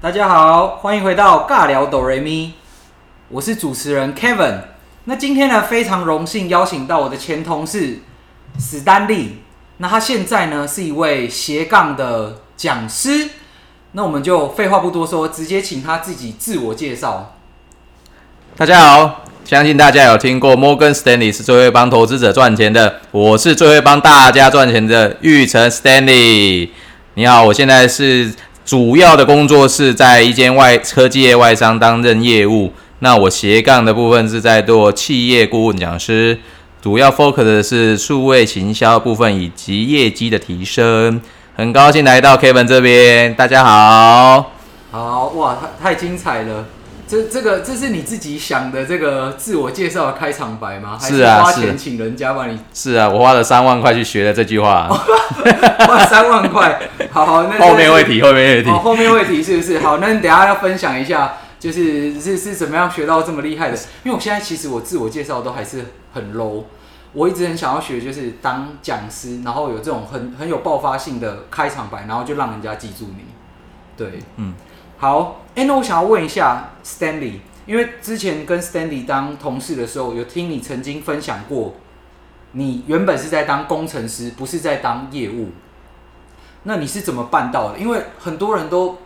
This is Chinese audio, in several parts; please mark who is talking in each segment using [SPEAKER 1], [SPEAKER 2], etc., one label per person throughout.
[SPEAKER 1] 大家好，欢迎回到尬聊哆瑞咪，我是主持人 Kevin。那今天呢，非常荣幸邀请到我的前同事史丹利。那他现在呢是一位斜杠的讲师。那我们就废话不多说，直接请他自己自我介绍。
[SPEAKER 2] 大家好，相信大家有听过摩根 Stanley 是最会帮投资者赚钱的，我是最会帮大家赚钱的玉成 Stanley。你好，我现在是主要的工作是在一间外科技业外商担任业务，那我斜杠的部分是在做企业顾问讲师，主要 focus 的是数位行销部分以及业绩的提升。很高兴来到 Kevin 这边，大家好。
[SPEAKER 1] 好哇，太太精彩了！这这个这是你自己想的这个自我介绍的开场白吗？还
[SPEAKER 2] 是啊
[SPEAKER 1] 花
[SPEAKER 2] 是
[SPEAKER 1] 钱请人家帮你
[SPEAKER 2] 是啊，我花了三万块去学了这句话。
[SPEAKER 1] 花三万块？ 好好，那
[SPEAKER 2] 后面
[SPEAKER 1] 会
[SPEAKER 2] 会提，后面会提
[SPEAKER 1] 哦，。后面会提是不是？好，那你等一下要分享一下，就是是是怎么样学到这么厉害的？因为我现在其实我自我介绍都还是很 low，我一直很想要学，就是当讲师，然后有这种很很有爆发性的开场白，然后就让人家记住你。对，
[SPEAKER 2] 嗯，
[SPEAKER 1] 好，哎、那我想要问一下 Stanley，因为之前跟 Stanley 当同事的时候，有听你曾经分享过，你原本是在当工程师，不是在当业务。那你是怎么办到的？因为很多人都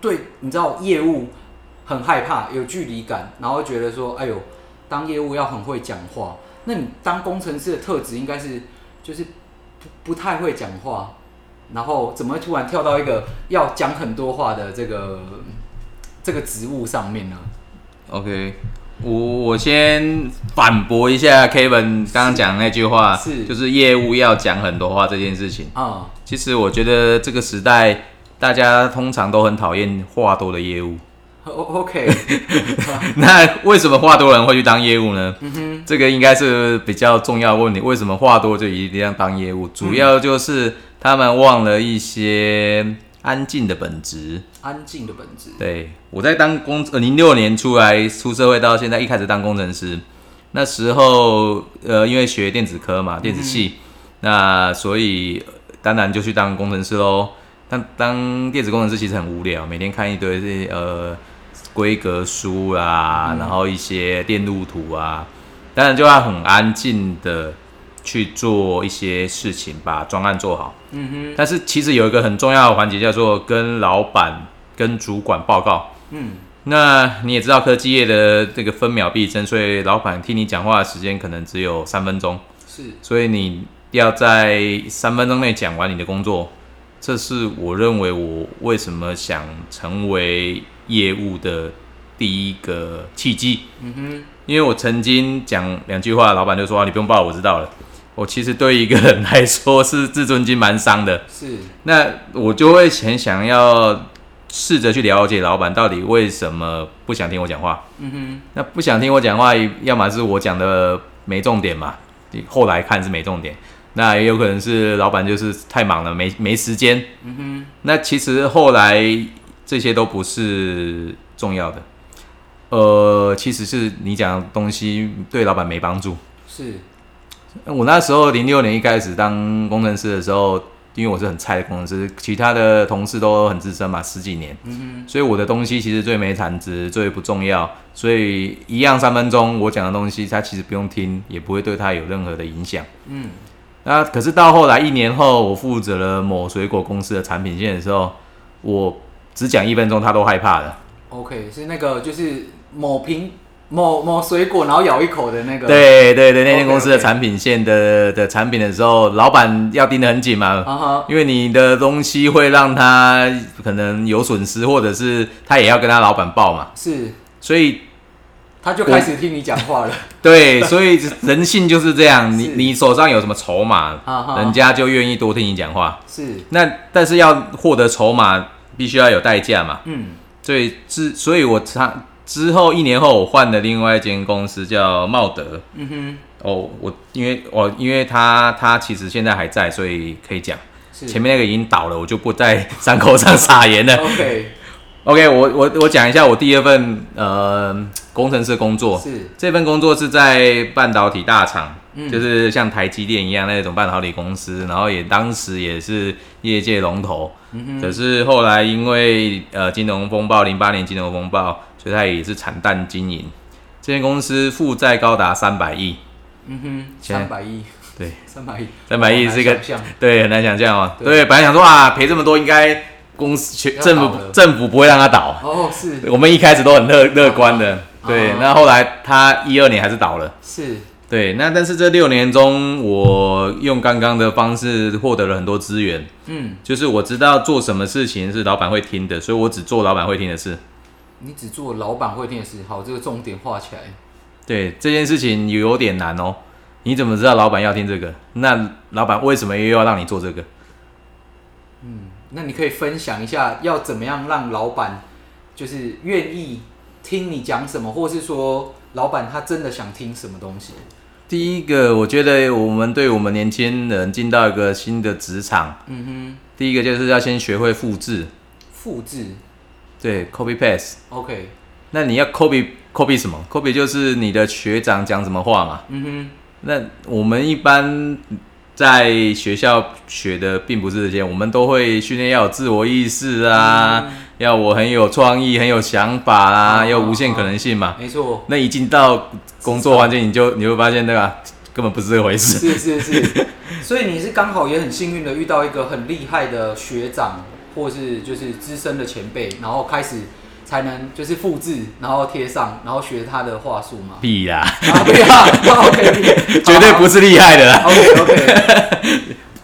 [SPEAKER 1] 对你知道业务很害怕，有距离感，然后觉得说，哎呦，当业务要很会讲话。那你当工程师的特质应该是就是不不太会讲话，然后怎么会突然跳到一个要讲很多话的这个 这个职务上面呢？
[SPEAKER 2] OK，我我先反驳一下 Kevin 刚刚讲的那句话，
[SPEAKER 1] 是
[SPEAKER 2] 就是业务要讲很多话这件事情。
[SPEAKER 1] 啊、
[SPEAKER 2] 其实我觉得这个时代，大家通常都很讨厌话多的业务。
[SPEAKER 1] o o k
[SPEAKER 2] 那为什么话多的人会去当业务呢？这个应该是比较重要的问题。为什么话多就一定要当业务？主要就是他们忘了一些安静的本质。
[SPEAKER 1] 安静的本质，
[SPEAKER 2] 对，我在当工呃零六年出来出社会到现在，一开始当工程师，那时候呃因为学电子科嘛，电子系，那所以呃当然就去当工程师喽。但当电子工程师其实很无聊，每天看一堆这些呃规格书啊，然后一些电路图啊，当然就要很安静的去做一些事情，把专案做好。
[SPEAKER 1] 嗯
[SPEAKER 2] 但是其实有一个很重要的环节叫做跟老板、跟主管报告。
[SPEAKER 1] 哼，嗯，
[SPEAKER 2] 那你也知道科技业的这个分秒必争，所以老板听你讲话的时间可能只有三分钟，
[SPEAKER 1] 是，
[SPEAKER 2] 所以你要在三分钟内讲完你的工作。这是我认为我为什么想成为业务的第一个契机。
[SPEAKER 1] 嗯哼，
[SPEAKER 2] 因为我曾经讲两句话，老板就说、啊你不用报，我知道了。”我其实对一个人来说是自尊心蛮伤的。
[SPEAKER 1] 是，
[SPEAKER 2] 那我就会很想要试着去了解老板到底为什么不想听我讲话。
[SPEAKER 1] 嗯
[SPEAKER 2] 那不想听我讲话，要么是我讲的没重点嘛，后来看是没重点。那也有可能是老板就是太忙了，没没时间。
[SPEAKER 1] 哼，嗯哼。
[SPEAKER 2] 那其实后来这些都不是重要的，呃，其实是你讲的东西对老板没帮助。
[SPEAKER 1] 是，
[SPEAKER 2] 我那时候零六年一开始当工程师的时候，因为我是很菜的工程师，其他的同事都很资深嘛，十几年，
[SPEAKER 1] 嗯
[SPEAKER 2] 所以我的东西其实最没产值，最不重要，所以一样三分钟我讲的东西，他其实不用听，也不会对他有任何的影响。
[SPEAKER 1] 哼，嗯，
[SPEAKER 2] 那可是到后来一年后，我负责了某水果公司的产品线的时候，我只讲一分钟，他都害怕了。
[SPEAKER 1] OK，是那个就是某瓶某某水果，然后咬一口的那个。
[SPEAKER 2] 对对对，那间公司的
[SPEAKER 1] OK，OK
[SPEAKER 2] 产品线的的产品的时候，老板要盯得很紧嘛，
[SPEAKER 1] 啊哈，
[SPEAKER 2] 因为你的东西会让他可能有损失，或者是他也要跟他老板报嘛，
[SPEAKER 1] 是，
[SPEAKER 2] 所以
[SPEAKER 1] 他就开始听你讲 话了。
[SPEAKER 2] 对，所以人性就是这样，你
[SPEAKER 1] 是
[SPEAKER 2] 你手上有什么筹码，
[SPEAKER 1] 啊哈，
[SPEAKER 2] 人家就愿意多听你讲话。
[SPEAKER 1] 是，
[SPEAKER 2] 那但是要获得筹码，必须要有代价嘛，
[SPEAKER 1] 嗯，
[SPEAKER 2] 所以之所以我常之后一年后，我换了另外一间公司叫茂德。
[SPEAKER 1] 嗯哼，
[SPEAKER 2] 哦，我因为我因为他他其实现在还在，所以可以讲。
[SPEAKER 1] 是。
[SPEAKER 2] 前面那个已经倒了，我就不在伤口上撒盐了。
[SPEAKER 1] OK，
[SPEAKER 2] OK，我我我讲一下我第二份呃工程师工作，
[SPEAKER 1] 是，
[SPEAKER 2] 这份工作是在半导体大厂，
[SPEAKER 1] 嗯
[SPEAKER 2] 就是像台积电一样那种半导体公司，然后也当时也是业界龙头。
[SPEAKER 1] 嗯
[SPEAKER 2] 可是后来因为呃金融风暴，零八年金融风暴，所以它也是惨淡经营。这间公司负债高达三百亿，
[SPEAKER 1] 嗯哼，
[SPEAKER 2] 现在
[SPEAKER 1] 三百亿，
[SPEAKER 2] 对，
[SPEAKER 1] 三百亿，
[SPEAKER 2] 300亿是一个
[SPEAKER 1] 好难想象
[SPEAKER 2] 对，很难想象哦。
[SPEAKER 1] 对
[SPEAKER 2] 对，本来想说啊，赔这么多，应该公司全
[SPEAKER 1] 要
[SPEAKER 2] 政
[SPEAKER 1] 倒了
[SPEAKER 2] 府政府不会让它倒。
[SPEAKER 1] 哦，是
[SPEAKER 2] 我们一开始都很乐乐观的，对
[SPEAKER 1] 啊。
[SPEAKER 2] 那后来它一二年还是倒了。
[SPEAKER 1] 是，
[SPEAKER 2] 对，那但是这六年中，我用刚刚的方式获得了很多资源，
[SPEAKER 1] 嗯，
[SPEAKER 2] 就是我知道做什么事情是老板会听的，所以我只做老板会听的事。
[SPEAKER 1] 你只做老板会电视，好，这个重点画起来，
[SPEAKER 2] 对这件事情有点难哦，你怎么知道老板要听这个？那老板为什么又要让你做这个？
[SPEAKER 1] 那你可以分享一下，要怎么样让老板就是愿意听你讲什么，或是说老板他真的想听什么东西？
[SPEAKER 2] 第一个，我觉得我们对我们年轻人进到一个新的职场，
[SPEAKER 1] 嗯
[SPEAKER 2] 第一个就是要先学会复制，
[SPEAKER 1] 哼，复制
[SPEAKER 2] 对，copy paste。
[SPEAKER 1] ，OK，
[SPEAKER 2] 那你要 copy copy 什么？copy 就是你的学长讲什么话嘛。
[SPEAKER 1] 嗯
[SPEAKER 2] 那我们一般在学校学的并不是这些，我们都会训练要有自我意识啊，要我很有创意、很有想法啊，
[SPEAKER 1] 嗯哦
[SPEAKER 2] 要无限可能性嘛
[SPEAKER 1] 哼，。没错，
[SPEAKER 2] 那一进到工作环境，你就你会发现，对吧？根本不是这回事。
[SPEAKER 1] 是是是， 所以你是刚好也很幸运的遇到一个很厉害的学长，或是就是资深的前辈，然后开始才能就是复制，然后贴上，然后学他的话术嘛。
[SPEAKER 2] 屁 啦，
[SPEAKER 1] 啊，对啊，OK，
[SPEAKER 2] 绝对不是厉害的啦，
[SPEAKER 1] OK OK，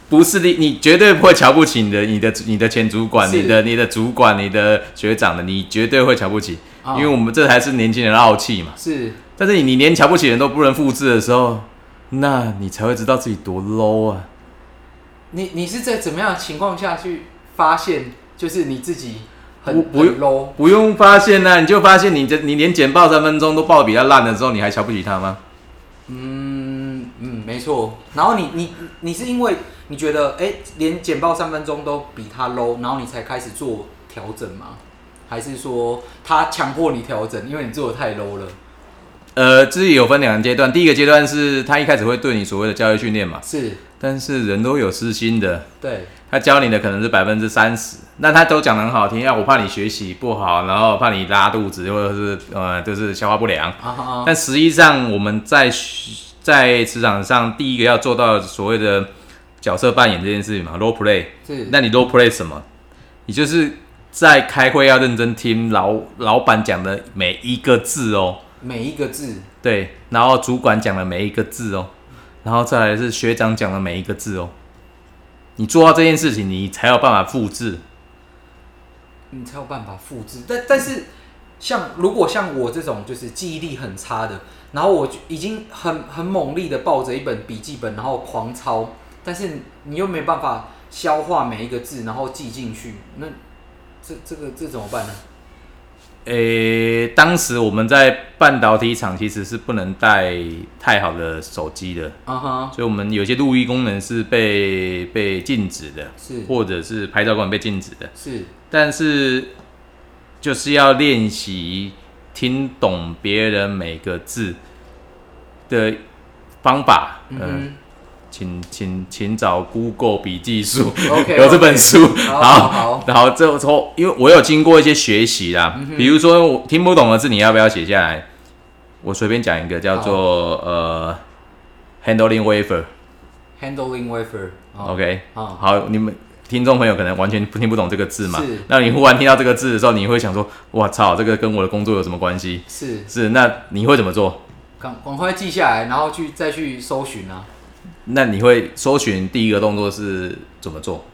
[SPEAKER 2] 不是厉，你绝对不会瞧不起你的、你的、你的前主管、
[SPEAKER 1] 是
[SPEAKER 2] 你的、你的主管、你的学长的，你绝对会瞧不起，
[SPEAKER 1] 哦
[SPEAKER 2] 因为我们这才是年轻人的傲气嘛。
[SPEAKER 1] 是
[SPEAKER 2] 但是你你连瞧不起人都不能复制的时候，那你才会知道自己多 low 啊！
[SPEAKER 1] 你你是在怎么样的情况下去发现，就是你自己很
[SPEAKER 2] 我不
[SPEAKER 1] 很 low？
[SPEAKER 2] 不用发现呢、你就发现你这你连简报三分钟都报得比他烂的时候，你还瞧不起他吗？
[SPEAKER 1] 嗯嗯，没错。然后你你你是因为你觉得哎、诶连简报三分钟都比他 low，然后你才开始做调整吗？还是说他强迫你调整，因为你做的太 low 了？
[SPEAKER 2] 呃，自己有分两个阶段，第一个阶段是他一开始会对你所谓的教育训练嘛，
[SPEAKER 1] 是，
[SPEAKER 2] 但是人都有私心的，
[SPEAKER 1] 对，
[SPEAKER 2] 他教你的可能是百分之三十，那他都讲的很好听，啊，我怕你学习不好，然后怕你拉肚子或者是呃就是消化不良，
[SPEAKER 1] 啊哈，
[SPEAKER 2] 但实际上我们在学在职场上，第一个要做到所谓的角色扮演这件事情嘛，role play。
[SPEAKER 1] 是，
[SPEAKER 2] 那你 role play 什么？你就是在开会要认真听老老板讲的每一个字哦，
[SPEAKER 1] 每一个字
[SPEAKER 2] 对，然后主管讲的每一个字哦，然后再来是学长讲的每一个字哦。你做到这件事情，你才有办法复制。
[SPEAKER 1] 你才有办法复制。但但是像如果像我这种就是记忆力很差的，然后我就已经很很猛力的抱着一本笔记本，然后狂抄，但是你又没办法消化每一个字，然后记进去，那这这个这怎么办呢？
[SPEAKER 2] 诶，当时我们在半导体厂其实是不能带太好的手机的，
[SPEAKER 1] 啊哈，
[SPEAKER 2] 所以我们有些录音功能是被被禁止的，
[SPEAKER 1] 是
[SPEAKER 2] 或者是拍照功能被禁止的。
[SPEAKER 1] 是
[SPEAKER 2] 但是就是要练习听懂别人每个字的方法。嗯，
[SPEAKER 1] 嗯
[SPEAKER 2] 请请请找 Google 笔记术
[SPEAKER 1] OK，
[SPEAKER 2] 有这本书。
[SPEAKER 1] 好好
[SPEAKER 2] 好
[SPEAKER 1] 好，嗯
[SPEAKER 2] 然后之后，因为我有经过一些学习啦，比如说我听不懂的字，你要不要写下来？我随便讲一个叫做呃 handling wafer。
[SPEAKER 1] 哼，handling wafer，哦
[SPEAKER 2] OK，
[SPEAKER 1] 哦
[SPEAKER 2] 好，你们听众朋友可能完全不听不懂这个字嘛
[SPEAKER 1] 是，
[SPEAKER 2] 那你忽然听到这个字的时候，你会想说，哇操，这个跟我的工作有什么关系？
[SPEAKER 1] 是
[SPEAKER 2] 是，那你会怎么做？
[SPEAKER 1] 赶赶快记下来，然后去再去搜寻啊。
[SPEAKER 2] 那你会搜寻第一个动作是怎么做？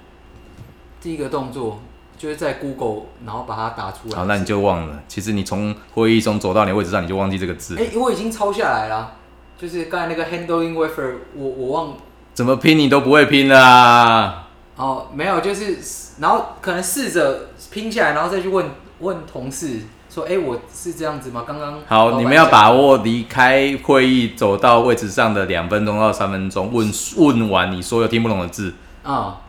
[SPEAKER 1] 第一个动作就是在 Google，然后把它打出来。
[SPEAKER 2] 好，那你就忘了。其实你从会议中走到你的位置上，你就忘记这个字，
[SPEAKER 1] 哎、我已经抄下来了，就是刚才那个 handling wafer，我我忘
[SPEAKER 2] 怎么拼你都不会拼啦。
[SPEAKER 1] 哦，没有，就是然后可能试着拼下来，然后再去问问同事说，哎、我是这样子吗？刚刚老
[SPEAKER 2] 好，
[SPEAKER 1] 板
[SPEAKER 2] 你们要
[SPEAKER 1] 讲
[SPEAKER 2] 把握离开会议走到位置上的两分钟到三分钟，问问完你所有听不懂的字，
[SPEAKER 1] 啊、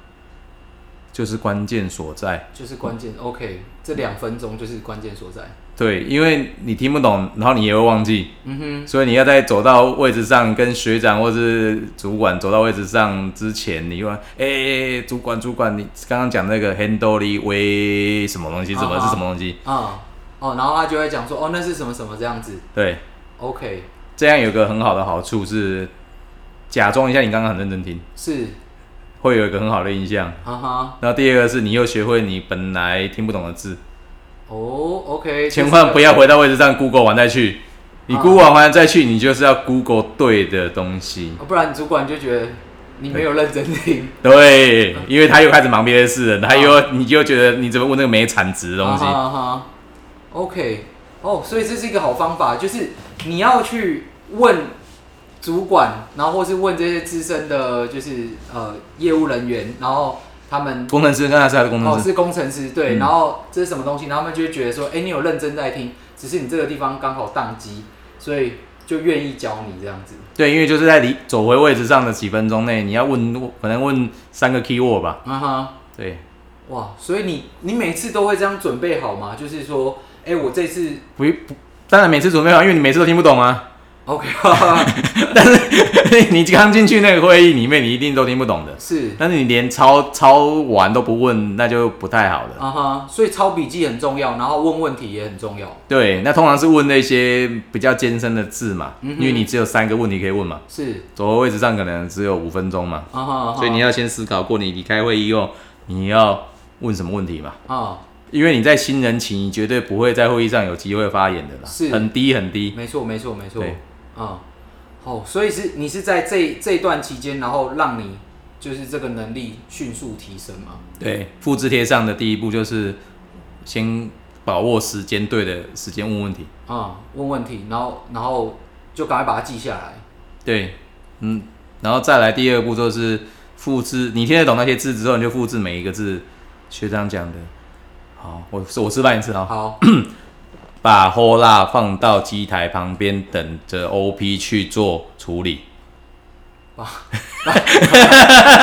[SPEAKER 2] 就是关键所在。
[SPEAKER 1] 就是关键。OK，这两分钟就是关键所在。
[SPEAKER 2] 对，因为你听不懂，然后你也会忘记，
[SPEAKER 1] 嗯哼，
[SPEAKER 2] 所以你要在走到位置上，跟学长或是主管走到位置上之前，你又要哎哎哎，主管主管，你刚刚讲那个 handle 力微什么东西，什么
[SPEAKER 1] 啊
[SPEAKER 2] 是什么东西？
[SPEAKER 1] 啊、哦，然后他就会讲说，哦，那是什么什么这样子。
[SPEAKER 2] 对，
[SPEAKER 1] OK，
[SPEAKER 2] 这样有个很好的好处是，假装一下你刚刚很认真听，
[SPEAKER 1] 是，
[SPEAKER 2] 会有一个很好的印象。
[SPEAKER 1] 哈哈，
[SPEAKER 2] 然后第二个是你又学会你本来听不懂的字，
[SPEAKER 1] 哦，OK，
[SPEAKER 2] 千万不要回到位置上 Google 完再去，你
[SPEAKER 1] 啊
[SPEAKER 2] Google 完完再去，你就是要 Google 对的东西。
[SPEAKER 1] 哦，不然主管就觉得你没有认真听
[SPEAKER 2] 对，因为他又开始忙别的事了，他又你就觉得你怎么问那个没产值的东西？
[SPEAKER 1] 啊哈哈哈 OK，哦，所以这是一个好方法，就是你要去问主管，然后或是问这些资深的，就是呃业务人员，然后他们
[SPEAKER 2] 工程师刚才是他的工
[SPEAKER 1] 哦
[SPEAKER 2] 程师，
[SPEAKER 1] 是工程师，对，
[SPEAKER 2] 嗯
[SPEAKER 1] 然后这是什么东西，然后他们就会觉得说，哎、你有认真在听，只是你这个地方刚好宕机，所以就愿意教你这样子。
[SPEAKER 2] 对，因为就是在离走回位置上的几分钟内，你要问可能问三个 keyword 吧，
[SPEAKER 1] 啊哈、
[SPEAKER 2] 对，
[SPEAKER 1] 哇，所以你你每次都会这样准备好吗？就是说，哎、我这次
[SPEAKER 2] 不不，当然每次准备好，因为你每次都听不懂啊。
[SPEAKER 1] OK，哈哈
[SPEAKER 2] 你刚进去那个会议里面，你一定都听不懂的。
[SPEAKER 1] 是
[SPEAKER 2] 但是你连抄抄完都不问，那就不太好了。
[SPEAKER 1] 啊哈，所以抄笔记很重要，然后问问题也很重要，
[SPEAKER 2] 对，那通常是问那些比较艰深的字嘛，因为你只有三个问题可以问嘛，
[SPEAKER 1] 是
[SPEAKER 2] 走回位置上可能只有五分钟嘛，
[SPEAKER 1] 啊哈，啊哈
[SPEAKER 2] 所以你要先思考过你离开会议后你要问什么问题嘛，
[SPEAKER 1] 啊，
[SPEAKER 2] 因为你在新人期，你绝对不会在会议上有机会发言的啦，
[SPEAKER 1] 是
[SPEAKER 2] 很低很低。
[SPEAKER 1] 没错没错没错
[SPEAKER 2] 对，
[SPEAKER 1] 啊，哦，所以是你是在这这段期间，然后让你就是这个能力迅速提升嘛？
[SPEAKER 2] 对，复制贴上的第一步就是先把握时间对的时间问问题。
[SPEAKER 1] 啊、问问题，然后然后就赶快把它记下来，
[SPEAKER 2] 对，嗯，然后再来第二步就是复制，你听得懂那些字之后，你就复制每一个字。学长讲的，好，我我示范一次啊，
[SPEAKER 1] 好，
[SPEAKER 2] 把火辣放到机台旁边，等着 OP 去做处理。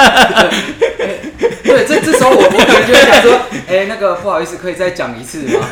[SPEAKER 1] 对，这这时候我我可能就会想说，哎、那个不好意思，可以再讲一次吗？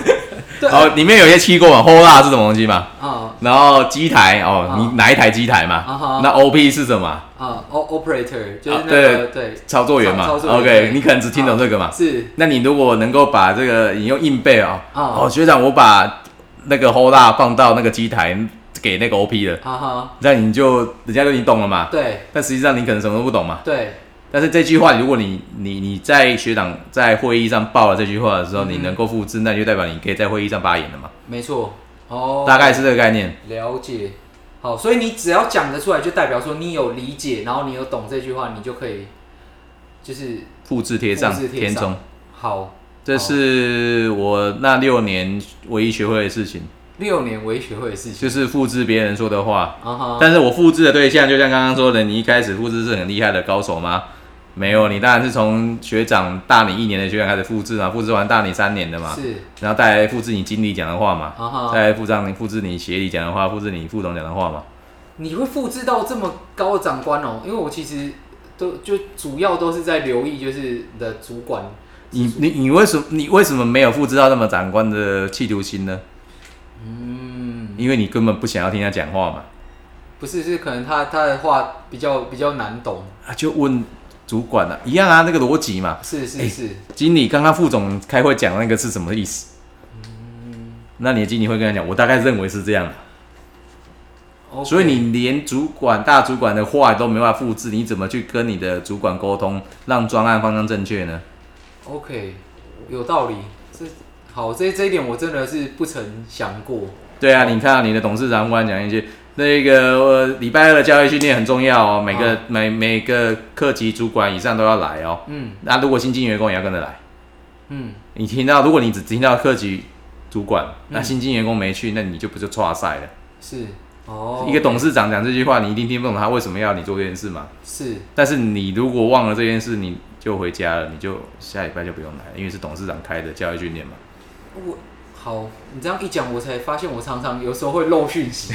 [SPEAKER 1] 对，
[SPEAKER 2] 哦，里面有些七过嘛，火辣是什么东西嘛？
[SPEAKER 1] 啊
[SPEAKER 2] 然后机台哦，
[SPEAKER 1] 啊
[SPEAKER 2] 你哪一台机台
[SPEAKER 1] 啊哈
[SPEAKER 2] 嘛？那 OP 是什么？
[SPEAKER 1] 啊，O operator 就是
[SPEAKER 2] 啊
[SPEAKER 1] 那个对
[SPEAKER 2] 操作员嘛
[SPEAKER 1] 操作员对啊
[SPEAKER 2] ？OK，你可能只听懂这个嘛？
[SPEAKER 1] 是
[SPEAKER 2] 那你如果能够把这个你用硬背哦，
[SPEAKER 1] 啊
[SPEAKER 2] 哦，学长，我把那个 hold 大放到那个机台给那个 OP 了，
[SPEAKER 1] 哈啊哈，
[SPEAKER 2] 那你就人家就你懂了嘛。
[SPEAKER 1] 对
[SPEAKER 2] 但实际上你可能什么都不懂嘛。
[SPEAKER 1] 对
[SPEAKER 2] 但是这句话，如果你你你在学长在会议上报了这句话的时候，
[SPEAKER 1] 嗯
[SPEAKER 2] 你能够复制，那就代表你可以在会议上发言了嘛。
[SPEAKER 1] 没错哦，
[SPEAKER 2] 大概是这个概念。
[SPEAKER 1] 了解。好，所以你只要讲得出来，就代表说你有理解，然后你有懂这句话，你就可以就是
[SPEAKER 2] 复制贴上
[SPEAKER 1] 复制贴
[SPEAKER 2] 填
[SPEAKER 1] 上哦
[SPEAKER 2] 充，
[SPEAKER 1] 好
[SPEAKER 2] 这是我那六年唯一学会的事情，
[SPEAKER 1] 六年我也学会的事情
[SPEAKER 2] 就是复制别人说的话。
[SPEAKER 1] 啊哈，
[SPEAKER 2] 但是我复制的对象，就像刚刚说的，你一开始复制是很厉害的高手吗？没有，你当然是从学长大你一年的学长开始复制嘛，复制完大你三年的嘛，
[SPEAKER 1] 是
[SPEAKER 2] 然后再来复制你经理讲的话嘛，
[SPEAKER 1] 啊哈，
[SPEAKER 2] 再来复制你复制你协理讲的话，复制你副总讲的话嘛。
[SPEAKER 1] 你会复制到这么高的长官哦？因为我其实都就主要都是在留意就是你的主管，
[SPEAKER 2] 你你你为什么你为什么没有复制到那么长官的企图心呢？
[SPEAKER 1] 嗯，
[SPEAKER 2] 因为你根本不想要听他讲话嘛，
[SPEAKER 1] 不是是可能他他的话比较比较难懂，
[SPEAKER 2] 啊，就问主管啊，一样啊，那个逻辑嘛。
[SPEAKER 1] 是是
[SPEAKER 2] 哎
[SPEAKER 1] 是，
[SPEAKER 2] 经理刚刚副总开会讲那个是什么意思？那你的经理会跟他讲，我大概认为是这样的。
[SPEAKER 1] OK
[SPEAKER 2] 所以你连主管、大主管的话都没办法复制，你怎么去跟你的主管沟通，让专案方向正确呢？
[SPEAKER 1] OK 有道理，这好这这一点我真的是不曾想过。
[SPEAKER 2] 对啊，你看到你的董事长忽然讲一句，那个呃礼拜二的教育训练很重要哦，每个、
[SPEAKER 1] 啊
[SPEAKER 2] 每每个课级主管以上都要来哦。
[SPEAKER 1] 嗯
[SPEAKER 2] 那如果新进员工也要跟着来，
[SPEAKER 1] 嗯，
[SPEAKER 2] 你听到如果你只听到课级主管，那新进员工没去，那你就不就差赛了。
[SPEAKER 1] 是哦，
[SPEAKER 2] 一个董事长讲这句话，你一定听不懂他为什么要你做这件事嘛。
[SPEAKER 1] 是
[SPEAKER 2] 但是你如果忘了这件事，你就回家了，你就下礼拜就不用来了，因为是董事长开的教育训练嘛。
[SPEAKER 1] 我好，你这样一讲，我才发现我常常有时候会漏讯 息。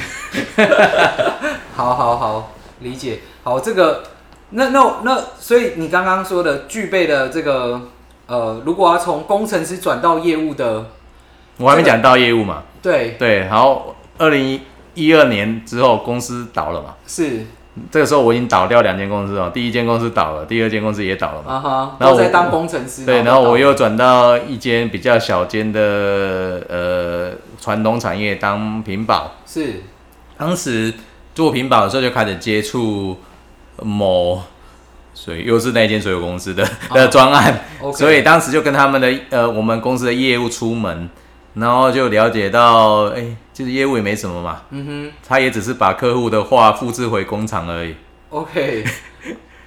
[SPEAKER 1] 好好好，理解。好，这个那那那，所以你刚刚说的具备的这个呃，如果要从工程师转到业务的，
[SPEAKER 2] 我还没讲到业务嘛，
[SPEAKER 1] 对，
[SPEAKER 2] 对，然后二零一二年之后公司倒了嘛，
[SPEAKER 1] 是
[SPEAKER 2] 这个时候我已经倒掉两间公司了，第一间公司倒了，第二间公司也倒了嘛，
[SPEAKER 1] 啊哈，
[SPEAKER 2] 然后
[SPEAKER 1] 都
[SPEAKER 2] 我
[SPEAKER 1] 在当工程师。
[SPEAKER 2] 对，然后
[SPEAKER 1] 到
[SPEAKER 2] 我又转到一间比较小间的呃传统产业当屏保，
[SPEAKER 1] 是
[SPEAKER 2] 当时做屏保的时候就开始接触某水又是那间水果公司的的专案，
[SPEAKER 1] OK，
[SPEAKER 2] 所以当时就跟他们的呃我们公司的业务出门，然后就了解到，哎、其实业务也没什么嘛，
[SPEAKER 1] 嗯
[SPEAKER 2] 他也只是把客户的话复制回工厂而已。
[SPEAKER 1] 哼，OK，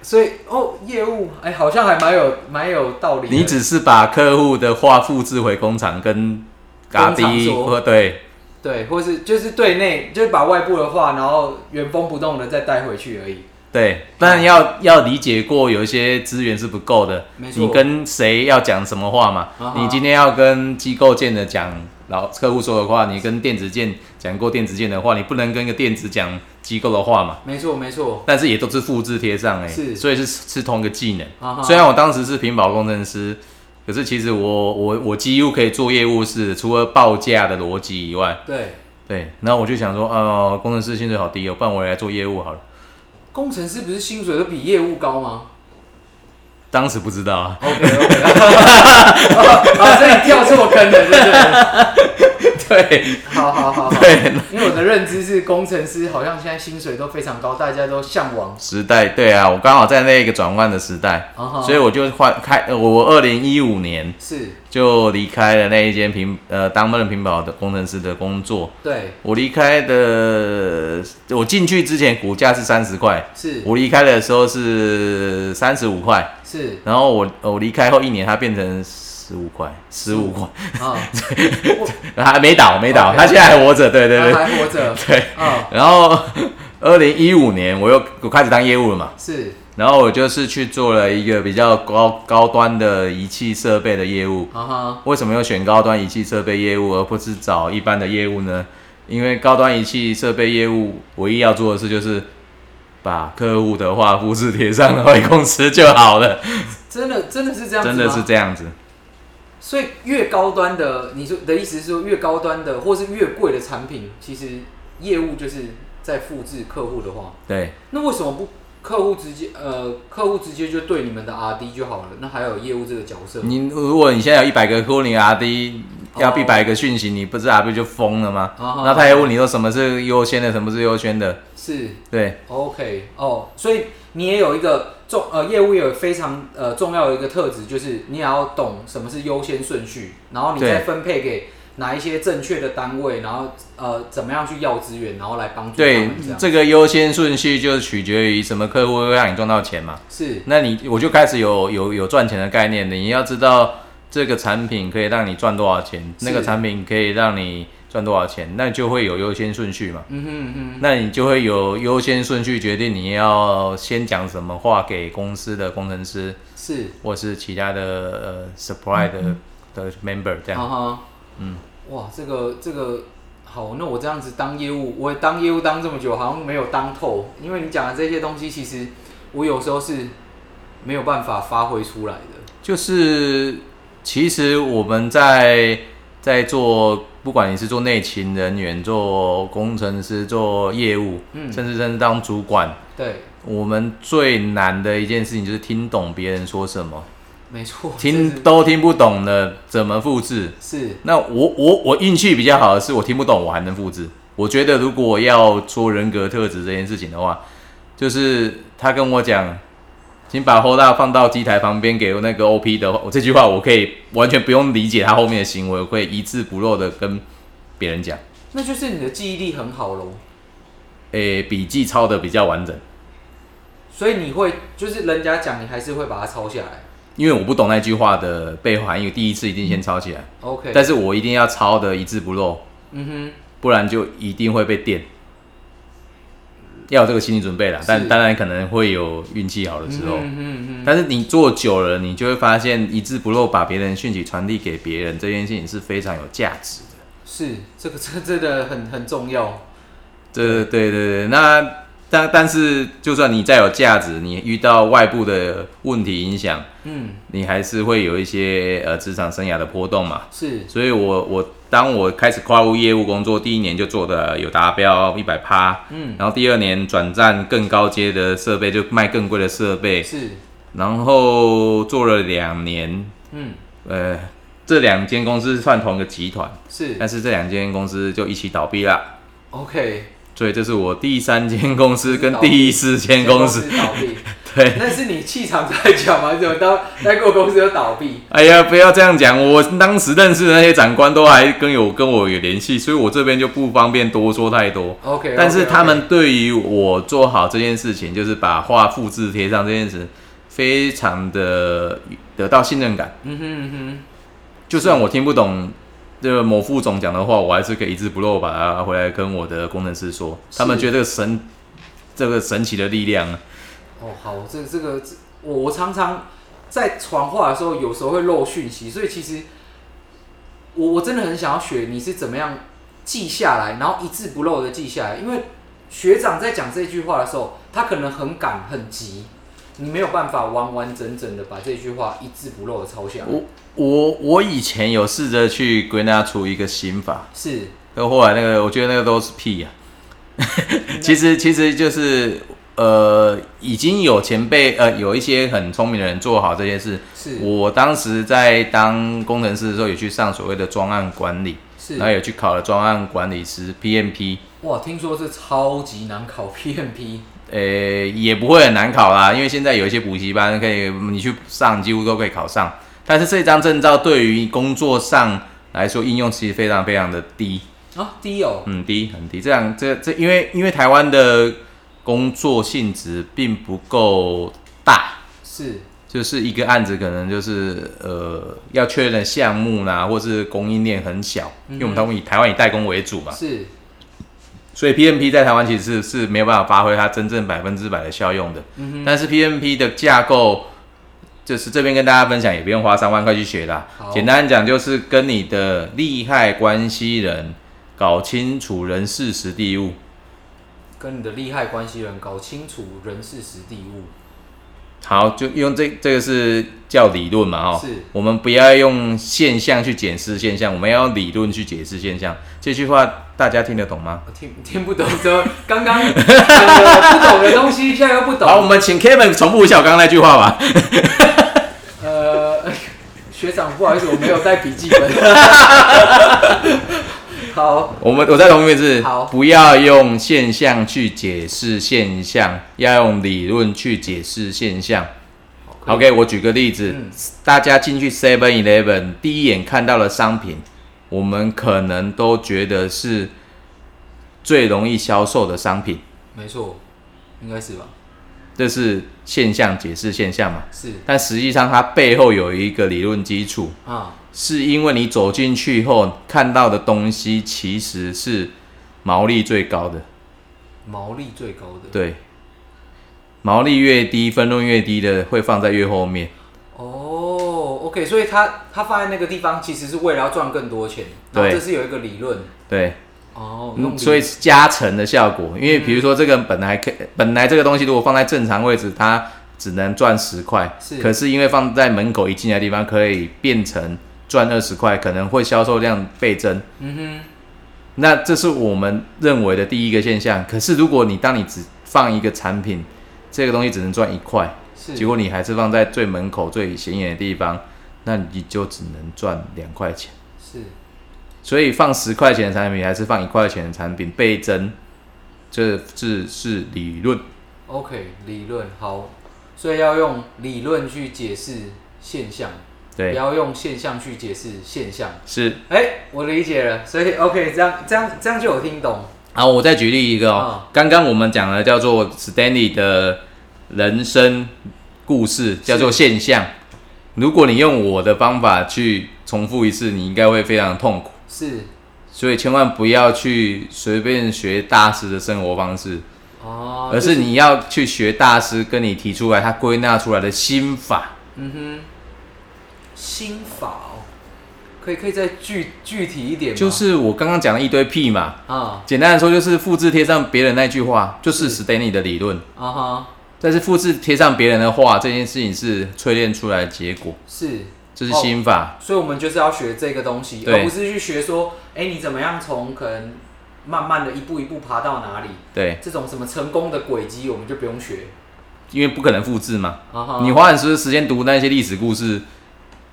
[SPEAKER 1] 所以哦，业务哎、好像还蛮有蛮有道理的。
[SPEAKER 2] 你只是把客户的话复制回工厂跟嘎
[SPEAKER 1] 工厂
[SPEAKER 2] 滴
[SPEAKER 1] 说
[SPEAKER 2] 或对
[SPEAKER 1] 对，或是就是对内就是把外部的话，然后原封不动的再带回去而已。
[SPEAKER 2] 对，但要要理解过有一些资源是不够的
[SPEAKER 1] 没，错
[SPEAKER 2] 你跟谁要讲什么话嘛？
[SPEAKER 1] 啊哈
[SPEAKER 2] 你今天要跟机构建的讲老客户说的话，你跟电子建讲过电子建的话，你不能跟一个电子讲机构的话嘛。
[SPEAKER 1] 没错，没错，
[SPEAKER 2] 但是也都是复制贴上哎、
[SPEAKER 1] 是
[SPEAKER 2] 所以是是同一个技能。
[SPEAKER 1] 啊哈
[SPEAKER 2] 虽然我当时是屏保工程师，可是其实我我我几乎可以做业务是除了报价的逻辑以外，
[SPEAKER 1] 对，
[SPEAKER 2] 对。然后我就想说，呃，工程师薪水好低哦，不然我也来做业务好了。
[SPEAKER 1] 工程师不是薪水都比业务高吗
[SPEAKER 2] 当时不知 道啊，
[SPEAKER 1] ？OK OK，啊，所以你跳错坑了，对不对？
[SPEAKER 2] 对
[SPEAKER 1] 好好好好，
[SPEAKER 2] 对，
[SPEAKER 1] 因为我的认知是工程师好像现在薪水都非常高，大家都向往。
[SPEAKER 2] 时代对啊，我刚好在那个转换的时代，
[SPEAKER 1] 啊哈
[SPEAKER 2] 所以我就换开，呃我二零一五年
[SPEAKER 1] 是
[SPEAKER 2] 就离开了那一间屏呃当任屏保的工程师的工作。
[SPEAKER 1] 对
[SPEAKER 2] 我离开的，我进去之前股价是三十块，
[SPEAKER 1] 是
[SPEAKER 2] 我离开的时候是三十五块，
[SPEAKER 1] 是
[SPEAKER 2] 然后我我离开后一年它变成十五块，十五块，
[SPEAKER 1] 啊，
[SPEAKER 2] 还没倒没倒，
[SPEAKER 1] OK
[SPEAKER 2] 它现在还活着，对对
[SPEAKER 1] 他
[SPEAKER 2] 对
[SPEAKER 1] 还活着
[SPEAKER 2] 对。
[SPEAKER 1] 啊，
[SPEAKER 2] 然后二零一五年我又我开始当业务了嘛，
[SPEAKER 1] 是
[SPEAKER 2] 然后我就是去做了一个比较高高端的仪器设备的业务，
[SPEAKER 1] 啊哈，
[SPEAKER 2] 为什么要选高端仪器设备业务，而不是找一般的业务呢？因为高端仪器设备业务唯一要做的事就是把客户的话复制贴上回公司就 好了，
[SPEAKER 1] 真的真的是这样子
[SPEAKER 2] 真
[SPEAKER 1] 吗，
[SPEAKER 2] 的是这样子。
[SPEAKER 1] 所以越高端的，你说的意思是说越高端的，或是越贵的产品，其实业务就是在复制客户的话，
[SPEAKER 2] 对，
[SPEAKER 1] 那为什么不客户直接呃客户直接就对你们的 R D 就好了？那还有业务这个角色，
[SPEAKER 2] 你如果你现在有一百个客户，你 R D 要
[SPEAKER 1] 哦
[SPEAKER 2] 一百个讯息，你不是 R D 就疯了吗？
[SPEAKER 1] 啊哈
[SPEAKER 2] 那他也问你说什么是优先的，什么是优先的？
[SPEAKER 1] 是
[SPEAKER 2] 对，
[SPEAKER 1] OK 哦，所以你也有一个重呃业务也有非常呃重要的一个特质，就是你也要懂什么是优先顺序，然后你
[SPEAKER 2] 对
[SPEAKER 1] 再分配给哪一些正确的单位，然后呃怎么样去要资源，然后来帮助他
[SPEAKER 2] 对
[SPEAKER 1] 们这，样
[SPEAKER 2] 这个优先顺序就取决于什么客户会让你赚到钱嘛。
[SPEAKER 1] 是
[SPEAKER 2] 那你我就开始有有有赚钱的概念了。你要知道这个产品可以让你赚多少钱，
[SPEAKER 1] 是
[SPEAKER 2] 那个产品可以让你赚多少钱，那就会有优先顺序嘛。
[SPEAKER 1] 嗯哼嗯哼。
[SPEAKER 2] 那你就会有优先顺序决定你要先讲什么话给公司的工程师，
[SPEAKER 1] 是，
[SPEAKER 2] 或是其他的呃 supply
[SPEAKER 1] 嗯
[SPEAKER 2] 的、的 member 这样。
[SPEAKER 1] 哈哈，嗯，哇，这个这个好，那我这样子当业务，我当业务当这么久，好像没有当透，因为你讲的这些东西，其实我有时候是没有办法发挥出来的。
[SPEAKER 2] 就是其实我们在在做，不管你是做内勤人员、做工程师、做业务，
[SPEAKER 1] 嗯
[SPEAKER 2] 甚至甚至当主管，
[SPEAKER 1] 对，
[SPEAKER 2] 我们最难的一件事情就是听懂别人说什么，
[SPEAKER 1] 没错，
[SPEAKER 2] 听
[SPEAKER 1] 懂
[SPEAKER 2] 都听不懂的，怎么复制？
[SPEAKER 1] 是
[SPEAKER 2] 那我我我运气比较好的是，我听不懂我还能复制。我觉得如果要说人格特质这件事情的话，就是他跟我讲，请把 hold 大放到机台旁边给那个 OP 的话，我这句话我可以完全不用理解他后面的行为，我可以一字不漏的跟别人讲。
[SPEAKER 1] 那就是你的记忆力很好喽，
[SPEAKER 2] 诶、笔记抄的比较完整，
[SPEAKER 1] 所以你会就是人家讲，你还是会把它抄下来。
[SPEAKER 2] 因为我不懂那句话的背后含义，第一次一定先抄起来，
[SPEAKER 1] OK，
[SPEAKER 2] 但是我一定要抄的一字不漏，
[SPEAKER 1] 嗯
[SPEAKER 2] 不然就一定会被电。要有这个心理准备啦，但
[SPEAKER 1] 是
[SPEAKER 2] 当然可能会有运气好的
[SPEAKER 1] 哼，
[SPEAKER 2] 时
[SPEAKER 1] 嗯
[SPEAKER 2] 候，
[SPEAKER 1] 哼嗯哼，
[SPEAKER 2] 但是你做久了，你就会发现一字不漏把别人讯息传递给别人这件事情是非常有价值的。
[SPEAKER 1] 是这个这个真的很很重要。
[SPEAKER 2] 这对对对，那但但是，就算你再有价值，你遇到外部的问题影响，
[SPEAKER 1] 嗯，
[SPEAKER 2] 你还是会有一些呃职场生涯的波动嘛。
[SPEAKER 1] 是
[SPEAKER 2] 所以我我当我开始跨入业务工作，第一年就做的有达标一百趴，
[SPEAKER 1] 嗯，
[SPEAKER 2] 然后第二年转战更高阶的设备，就卖更贵的设备，
[SPEAKER 1] 是，
[SPEAKER 2] 然后做了两年，
[SPEAKER 1] 嗯
[SPEAKER 2] 呃，这两间公司算同一个集团，
[SPEAKER 1] 是
[SPEAKER 2] 但是这两间公司就一起倒闭了。
[SPEAKER 1] ，OK，
[SPEAKER 2] 所以这是我第三间公司跟第四间公 司，
[SPEAKER 1] 倒闭，
[SPEAKER 2] 对，
[SPEAKER 1] 那是你气场在讲吗？怎么到待过公司就倒闭？
[SPEAKER 2] 哎呀，不要这样讲！我当时认识的那些长官都还跟有跟我有联系，所以我这边就不方便多说太多。
[SPEAKER 1] OK，
[SPEAKER 2] 但是他们对于我做好这件事情，就是把话复制贴上这件事，非常的得到信任感。
[SPEAKER 1] 嗯哼嗯
[SPEAKER 2] 就算我听不懂这个某副总讲的话，我还是可以一字不漏把它回来跟我的工程师说。
[SPEAKER 1] 是
[SPEAKER 2] 他们觉得神这个神奇的力量啊，
[SPEAKER 1] 哼，哦，好，这这个这我我常常在传话的时候，有时候会漏讯息，所以其实我我真的很想要学你是怎么样记下来，然后一字不漏的记下来，因为学长在讲这句话的时候，他可能很赶很急。你没有办法完完整整的把这句话一字不漏的抄下来，
[SPEAKER 2] 我我我以前有试着去归纳出一个心法。
[SPEAKER 1] 是
[SPEAKER 2] 可后来那个，我觉得那个都是屁呀、 其实其实就是呃，已经有前辈呃，有一些很聪明的人做好这些事。
[SPEAKER 1] 是
[SPEAKER 2] 我当时在当工程师的时候，也去上所谓的专案管理，
[SPEAKER 1] 是
[SPEAKER 2] 然后也去考了专案管理师 PMP。
[SPEAKER 1] 哇，听说是超级难考 PMP，
[SPEAKER 2] 呃，也不会很难考啦，因为现在有一些补习班可以你去上，几乎都可以考上。但是这张证照对于工作上来说应用其实非常非常的低。
[SPEAKER 1] 啊，低哦，
[SPEAKER 2] 很低很低，这样这这因为因为台湾的工作性质并不够大，
[SPEAKER 1] 是
[SPEAKER 2] 就是一个案子可能就是呃要确认的项目啦，或是供应链很小，因为我们台湾以台湾以代工为主嘛，
[SPEAKER 1] 是
[SPEAKER 2] 所以 PMP 在台湾其实是是没有办法发挥它真正百分之百的效用的。但是 PMP 的架构，就是这边跟大家分享，也不用花三万块去学啦
[SPEAKER 1] 好。
[SPEAKER 2] 简单讲就是跟你的利害关系人搞清楚人事实地物。
[SPEAKER 1] 跟你的利害关系人搞清楚人事实地物，
[SPEAKER 2] 好，就用这这个是叫理论嘛，哦，
[SPEAKER 1] 是
[SPEAKER 2] 我们不要用现象去解释现象，我们要用理论去解释现象。这句话大家听得懂吗？
[SPEAKER 1] 我啊听听不懂，这刚刚 讲的不懂的东西，现在又不
[SPEAKER 2] 好，
[SPEAKER 1] 懂，
[SPEAKER 2] 我们请 Kevin 重复一下我刚刚那句话吧。
[SPEAKER 1] 呃， 学长不好意思，我没有带笔记 本，好，
[SPEAKER 2] 我们我再重复一次
[SPEAKER 1] 好，
[SPEAKER 2] 不要用现象去解释现象，要用理论去解释现象。OK，我举个例子，
[SPEAKER 1] 嗯
[SPEAKER 2] 大家进去 Seven Eleven 第一眼看到的商品，我们可能都觉得是最容易销售的商品，
[SPEAKER 1] 没错，应该是吧，
[SPEAKER 2] 这是现象解释现象嘛？
[SPEAKER 1] 是
[SPEAKER 2] 但实际上它背后有一个理论基础，
[SPEAKER 1] 啊，
[SPEAKER 2] 是因为你走进去后看到的东西其实是毛利最高的。
[SPEAKER 1] 毛利最高的，
[SPEAKER 2] 对，毛利越低，分润越低的会放在越后面。
[SPEAKER 1] 哦，OK，所以他他放在那个地方，其实是为了要赚更多钱，然后
[SPEAKER 2] 对
[SPEAKER 1] 这是有一个理论，
[SPEAKER 2] 对，
[SPEAKER 1] 哦，嗯
[SPEAKER 2] 嗯
[SPEAKER 1] 用理
[SPEAKER 2] 所以是加成的效果。因为比如说这个本来可本来这个东西如果放在正常位置，它只能赚十块，
[SPEAKER 1] 是
[SPEAKER 2] 可是因为放在门口一进来的地方，可以变成赚二十块，可能会销售量倍增。
[SPEAKER 1] 嗯
[SPEAKER 2] 那这是我们认为的第一个现象。可是如果你当你只放一个产品，这个东西只能赚一块，
[SPEAKER 1] 哼，是
[SPEAKER 2] 结果你还是放在最门口最显眼的地方，那你就只能赚两块钱。
[SPEAKER 1] 是
[SPEAKER 2] 所以放十块钱的产品还是放一块钱的产品倍增，这是是理论。
[SPEAKER 1] OK 理论好，所以要用理论去解释现象，不
[SPEAKER 2] 对，
[SPEAKER 1] 要用现象去解释现象。
[SPEAKER 2] 是。
[SPEAKER 1] 哎、我理解了，所以 OK 这样这样这样就有听懂。
[SPEAKER 2] 好，我再举例一个哦
[SPEAKER 1] 嗯，
[SPEAKER 2] 刚刚、我们讲的叫做 Stanley 的人生故事，叫做现象。如果你用我的方法去重复一次，你应该会非常痛苦。
[SPEAKER 1] 是
[SPEAKER 2] 所以千万不要去随便学大师的生活方式，
[SPEAKER 1] 哦，
[SPEAKER 2] 而是你要去学大师跟你提出来他归纳出来的心法。
[SPEAKER 1] 嗯哼，心法哦。可以可以再具具体一点吗？
[SPEAKER 2] 就是我刚刚讲了一堆屁嘛。
[SPEAKER 1] 啊
[SPEAKER 2] 简单的说，就是复制贴上别人那句话，就是
[SPEAKER 1] 是
[SPEAKER 2] Stanley 的理论。
[SPEAKER 1] 啊哈，
[SPEAKER 2] 但是复制贴上别人的话，这件事情是淬炼出来的结果，
[SPEAKER 1] 是，
[SPEAKER 2] 这是心法。
[SPEAKER 1] 所以我们就是要学这个东西，
[SPEAKER 2] 对
[SPEAKER 1] 而不是去学说，哎、你怎么样从可能慢慢的一步一步爬到哪里？
[SPEAKER 2] 对，
[SPEAKER 1] 这种什么成功的轨迹，我们就不用学。
[SPEAKER 2] 因为不可能复制嘛。
[SPEAKER 1] 啊哈，
[SPEAKER 2] 你花很多时间读那些历史故事，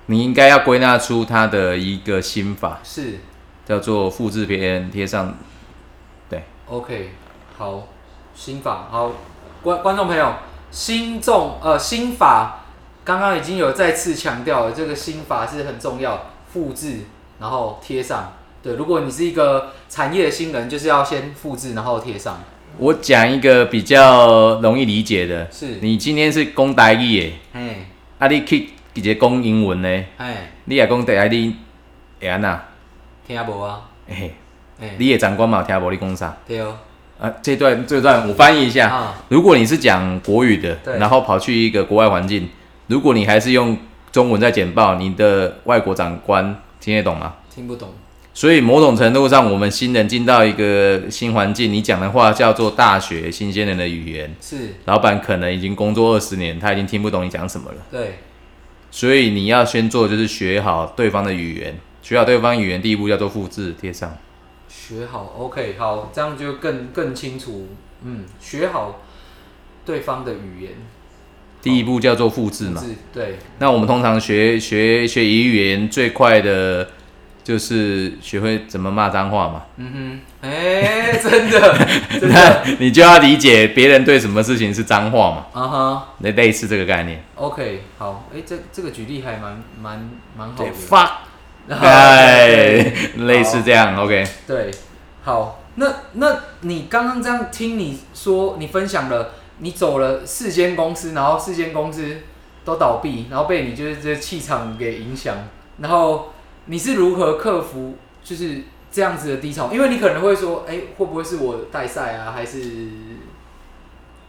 [SPEAKER 2] 你应该要归纳出它的一个心法，
[SPEAKER 1] 是
[SPEAKER 2] 叫做复制别人贴上。对，
[SPEAKER 1] OK，好，心法好，观观众朋友，心重呃心法，刚刚已经有再次强调了，这个心法是很重要，复制然后贴上。对，如果你是一个产业的新人，就是要先复制然后贴上。
[SPEAKER 2] 我讲一个比较容易理解的，
[SPEAKER 1] 是，
[SPEAKER 2] 你今天是讲台语的，
[SPEAKER 1] 哎
[SPEAKER 2] 啊，你去直接讲英文呢，
[SPEAKER 1] 哎，
[SPEAKER 2] 你也讲台语，你会安那？
[SPEAKER 1] 听无啊？
[SPEAKER 2] 嘿、
[SPEAKER 1] 哎，
[SPEAKER 2] 你的长官嘛有听无你讲啥？
[SPEAKER 1] 对哦，
[SPEAKER 2] 啊，这段这段我翻译一下。
[SPEAKER 1] 啊
[SPEAKER 2] 如果你是讲国语的
[SPEAKER 1] 对，
[SPEAKER 2] 然后跑去一个国外环境，如果你还是用中文在简报，你的外国长官听得懂吗？
[SPEAKER 1] 听不懂。
[SPEAKER 2] 所以某种程度上，我们新人进到一个新环境，你讲的话叫做大学新鲜人的语言，
[SPEAKER 1] 是，
[SPEAKER 2] 老板可能已经工作二十年，他已经听不懂你讲什么了。
[SPEAKER 1] 对，
[SPEAKER 2] 所以你要先做就是学好对方的语言，学好对方语言，第一步叫做复制贴上。
[SPEAKER 1] 学好，OK，好，这样就更更清楚。嗯，学好对方的语言，
[SPEAKER 2] 第一步叫做复制嘛，
[SPEAKER 1] 是，对，
[SPEAKER 2] 那我们通常学学学语言最快的就是学会怎么骂脏话嘛。
[SPEAKER 1] 嗯哼，哎、真 的，真的，
[SPEAKER 2] 那你就要理解别人对什么事情是脏话嘛，
[SPEAKER 1] 啊哈、
[SPEAKER 2] 类类似这个概念。
[SPEAKER 1] o k 好，哎、这这个举例还蛮蛮蛮好
[SPEAKER 2] 对
[SPEAKER 1] 的，
[SPEAKER 2] ，fuck，
[SPEAKER 1] 然后
[SPEAKER 2] 哎，
[SPEAKER 1] 对
[SPEAKER 2] 类似这样，OK。
[SPEAKER 1] 对，好，那那你刚刚这样听你说，你分享了，你走了四间公司，然后四间公司都倒闭，然后被你就是这气场给影响，然后你是如何克服就是这样子的低潮？因为你可能会说，哎、会不会是我带赛啊？还是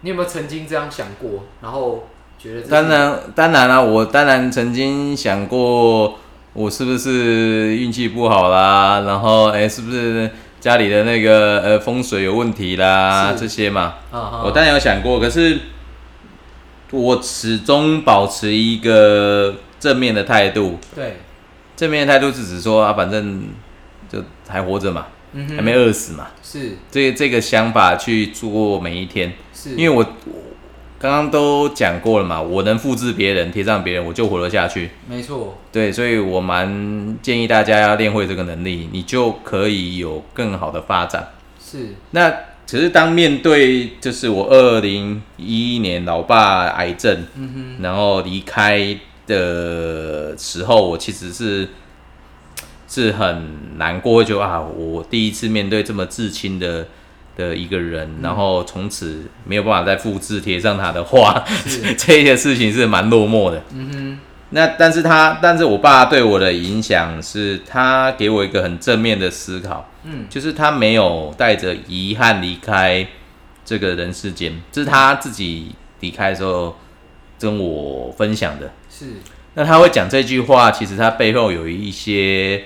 [SPEAKER 1] 你有没有曾经这样想过？然后觉得这是
[SPEAKER 2] 当然，当然啦、我当然曾经想过，我是不是运气不好啦，然后哎、是不是家里的那个呃风水有问题啦，
[SPEAKER 1] 是
[SPEAKER 2] 这些嘛。
[SPEAKER 1] 啊哈，
[SPEAKER 2] 哦我当然有想过，可是我始终保持一个正面的态度。
[SPEAKER 1] 对，
[SPEAKER 2] 正面的态度是指说啊，反正就还活着嘛，
[SPEAKER 1] 嗯
[SPEAKER 2] 还
[SPEAKER 1] 哼，
[SPEAKER 2] 没饿死嘛。
[SPEAKER 1] 是
[SPEAKER 2] 这这个想法去做每一天，
[SPEAKER 1] 是，
[SPEAKER 2] 因为我我刚刚都讲过了嘛，我能复制别人，贴上别人，我就活得下去。
[SPEAKER 1] 没错，
[SPEAKER 2] 对，所以我蛮建议大家要练会这个能力，你就可以有更好的发展。
[SPEAKER 1] 是
[SPEAKER 2] 那只是当面对，就是我二零一一年老爸癌症，
[SPEAKER 1] 嗯
[SPEAKER 2] 然后离开的时候，我其实是是很难过，会觉得啊，我第一次面对这么至亲的的一个
[SPEAKER 1] 嗯
[SPEAKER 2] 人，然后从此没有办法再复制贴上他的话，
[SPEAKER 1] 是
[SPEAKER 2] 这些事情是蛮落寞的。
[SPEAKER 1] 嗯
[SPEAKER 2] 那但是他，但是我爸对我的影响是他给我一个很正面的思考，
[SPEAKER 1] 哼，嗯
[SPEAKER 2] 就是他没有带着遗憾离开这个人世间，这是他自己离开的时候跟我分享的。
[SPEAKER 1] 是
[SPEAKER 2] 那他会讲这句话，其实他背后有一些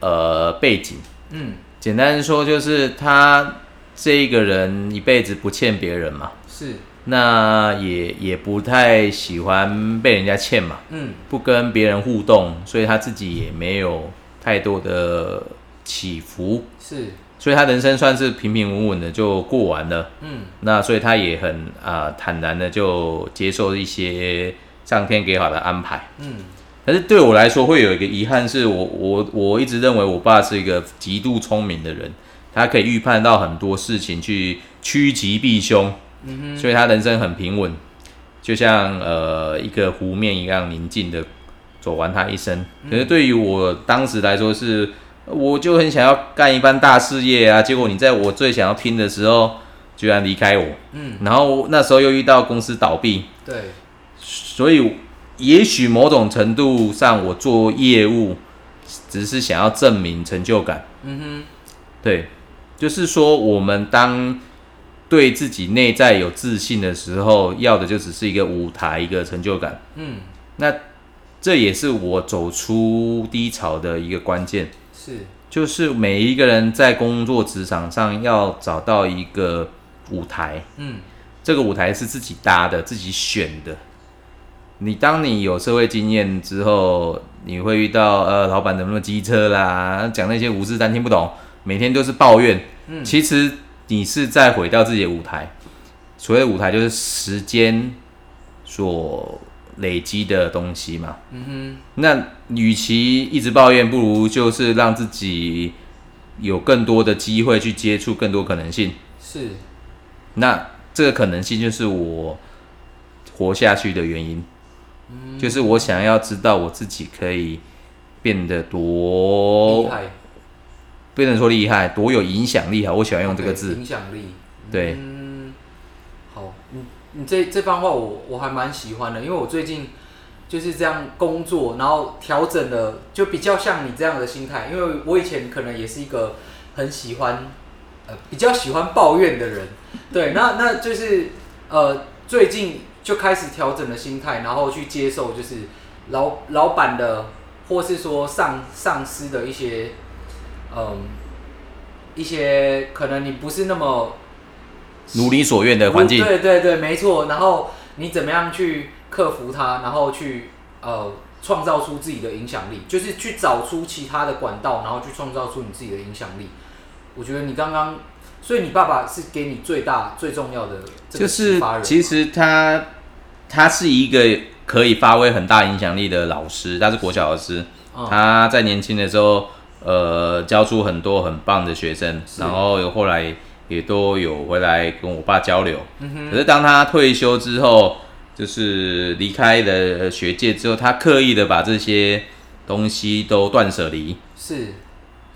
[SPEAKER 2] 呃背景。
[SPEAKER 1] 嗯
[SPEAKER 2] 简单说，就是他这个人一辈子不欠别人嘛，
[SPEAKER 1] 是
[SPEAKER 2] 那也也不太喜欢被人家欠嘛，
[SPEAKER 1] 嗯。
[SPEAKER 2] 不跟别人互动，所以他自己也没有太多的起伏。
[SPEAKER 1] 是，
[SPEAKER 2] 所以他人生算是平平稳稳的就过完了。
[SPEAKER 1] 嗯，
[SPEAKER 2] 那所以他也很啊、呃坦然的就接受一些上天给好的安排。
[SPEAKER 1] 嗯，
[SPEAKER 2] 可是对我来说会有一个遗憾，是我我我一直认为我爸是一个极度聪明的人，他可以预判到很多事情去趋吉避凶，
[SPEAKER 1] 嗯
[SPEAKER 2] 所以他人生很平稳，就像呃一个湖面一样宁静的走完他一生。可是对于我当时来说是，我就很想要干一番大事业啊，结果你在我最想要拼的时候，居然离开我，
[SPEAKER 1] 嗯，
[SPEAKER 2] 然后那时候又遇到公司倒闭，
[SPEAKER 1] 对，
[SPEAKER 2] 所以也许某种程度上，我做业务只是想要证明成就感。
[SPEAKER 1] 嗯
[SPEAKER 2] 对，就是说我们当对自己内在有自信的时候，要的就只是一个舞台，一个成就感。
[SPEAKER 1] 哼，嗯，
[SPEAKER 2] 那这也是我走出低潮的一个关键，
[SPEAKER 1] 是
[SPEAKER 2] 就是每一个人在工作职场上要找到一个舞台，
[SPEAKER 1] 嗯
[SPEAKER 2] 这个舞台是自己搭的，自己选的。你当你有社会经验之后，你会遇到呃，老板怎么那么机车啦，讲那些无事但听不懂，每天都是抱怨。
[SPEAKER 1] 嗯
[SPEAKER 2] 其实你是在毁掉自己的舞台。所谓的舞台就是时间所累积的东西嘛。
[SPEAKER 1] 嗯
[SPEAKER 2] 那与其一直抱怨，不如就是让自己有更多的机会去接触更多可能性。
[SPEAKER 1] 哼，是
[SPEAKER 2] 那这个可能性就是我活下去的原因，就是我想要知道我自己可以变得
[SPEAKER 1] 厉
[SPEAKER 2] 多，
[SPEAKER 1] 害，
[SPEAKER 2] 不能说厉害，多有影响力啊！我喜欢用这个
[SPEAKER 1] OK，
[SPEAKER 2] 字。
[SPEAKER 1] 影响力，
[SPEAKER 2] 对
[SPEAKER 1] 嗯，好，你你这这番话我我还蛮喜欢的，因为我最近就是这样工作，然后调整了，就比较像你这样的心态，因为我以前可能也是一个很喜欢呃比较喜欢抱怨的人，对，那那就是呃最近就开始调整了心态，然后去接受就是老老板的或是说上上司的一些嗯。一些可能你不是那么
[SPEAKER 2] 如你所愿的环境，
[SPEAKER 1] 对对对，没错。然后你怎么样去克服它，然后去呃创造出自己的影响力，就是去找出其他的管道，然后去创造出你自己的影响力。我觉得你刚刚，所以你爸爸是给你最大最重要的这个
[SPEAKER 2] 就是
[SPEAKER 1] 启发人
[SPEAKER 2] 其实他他是一个可以发挥很大影响力的老师，他是国小老师，
[SPEAKER 1] 嗯
[SPEAKER 2] 他在年轻的时候，呃，教出很多很棒的学生，
[SPEAKER 1] 是
[SPEAKER 2] 然后有后来也都有回来跟我爸交流。
[SPEAKER 1] 嗯哼
[SPEAKER 2] 可是当他退休之后，就是离开了学界之后，他刻意的把这些东西都断舍离。
[SPEAKER 1] 是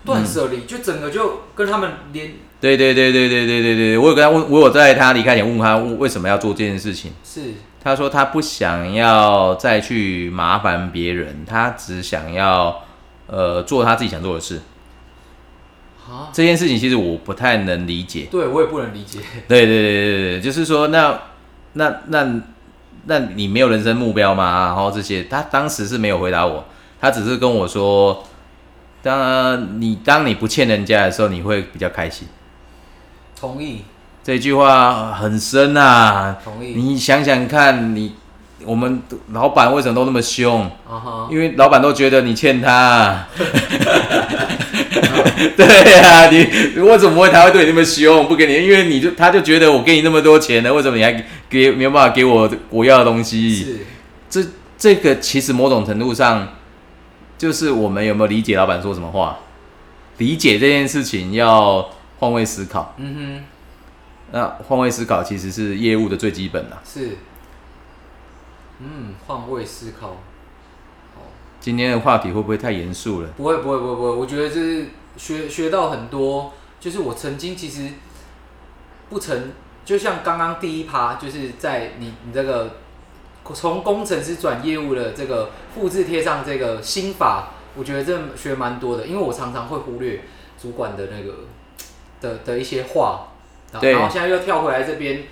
[SPEAKER 1] 断舍离，就整个就跟他们连
[SPEAKER 2] 对对对对对对对对，我有跟他问，我有在他离开前问他为什么要做这件事情。
[SPEAKER 1] 是
[SPEAKER 2] 他说他不想要再去麻烦别人，他只想要呃做他自己想做的事。
[SPEAKER 1] 啊，
[SPEAKER 2] 这件事情其实我不太能理解。
[SPEAKER 1] 对我也不能理解，
[SPEAKER 2] 对对对对对，就是说那那那那你没有人生目标吗？然后这些，他当时是没有回答我，他只是跟我说，当你当你不欠人家的时候，你会比较开心。
[SPEAKER 1] 同意
[SPEAKER 2] 这句话很深啊，
[SPEAKER 1] 同意
[SPEAKER 2] 你想想看，你我们老板为什么都那么凶？
[SPEAKER 1] 啊哈，
[SPEAKER 2] 因为老板都觉得你欠他。对呀、你为什么会他会对你那么凶？不给你，因为你就他就觉得我给你那么多钱了，为什么你还给没有办法给我我要的东西？
[SPEAKER 1] 是
[SPEAKER 2] 这这个其实某种程度上，就是我们有没有理解老板说什么话？理解这件事情要换位思考。
[SPEAKER 1] 嗯
[SPEAKER 2] 那换位思考其实是业务的最基本啦、啊
[SPEAKER 1] 哼是，嗯，换位思考。
[SPEAKER 2] 今天的话题会不会太严肃了？
[SPEAKER 1] 不会不会不会不会，我觉得就是学学到很多，就是我曾经其实不曾，就像刚刚第一趴，就是在你你这个从工程师转业务的这个复制贴上这个心法，我觉得这学蛮多的，因为我常常会忽略主管的那个的的一些话，然后
[SPEAKER 2] 对
[SPEAKER 1] 然后现在又跳回来这边，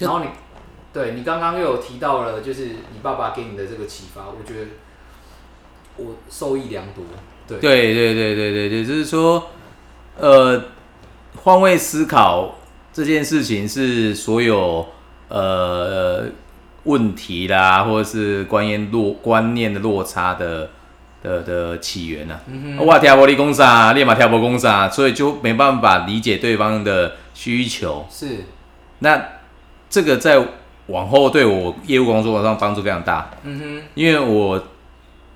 [SPEAKER 1] 然后你对你刚刚又有提到了，就是你爸爸给你的这个启发，我觉得我受益良多。对，
[SPEAKER 2] 对对对对对对，就是说，呃，换位思考这件事情是所有呃问题啦，或者是观念落观念的落差的的的起源啊。
[SPEAKER 1] 嗯
[SPEAKER 2] 我跳玻璃工啥，立马跳玻工啥，所以就没办法理解对方的需求。
[SPEAKER 1] 哼，是，
[SPEAKER 2] 那这个在往后对我业务工作上帮助非常大。
[SPEAKER 1] 嗯
[SPEAKER 2] 因为我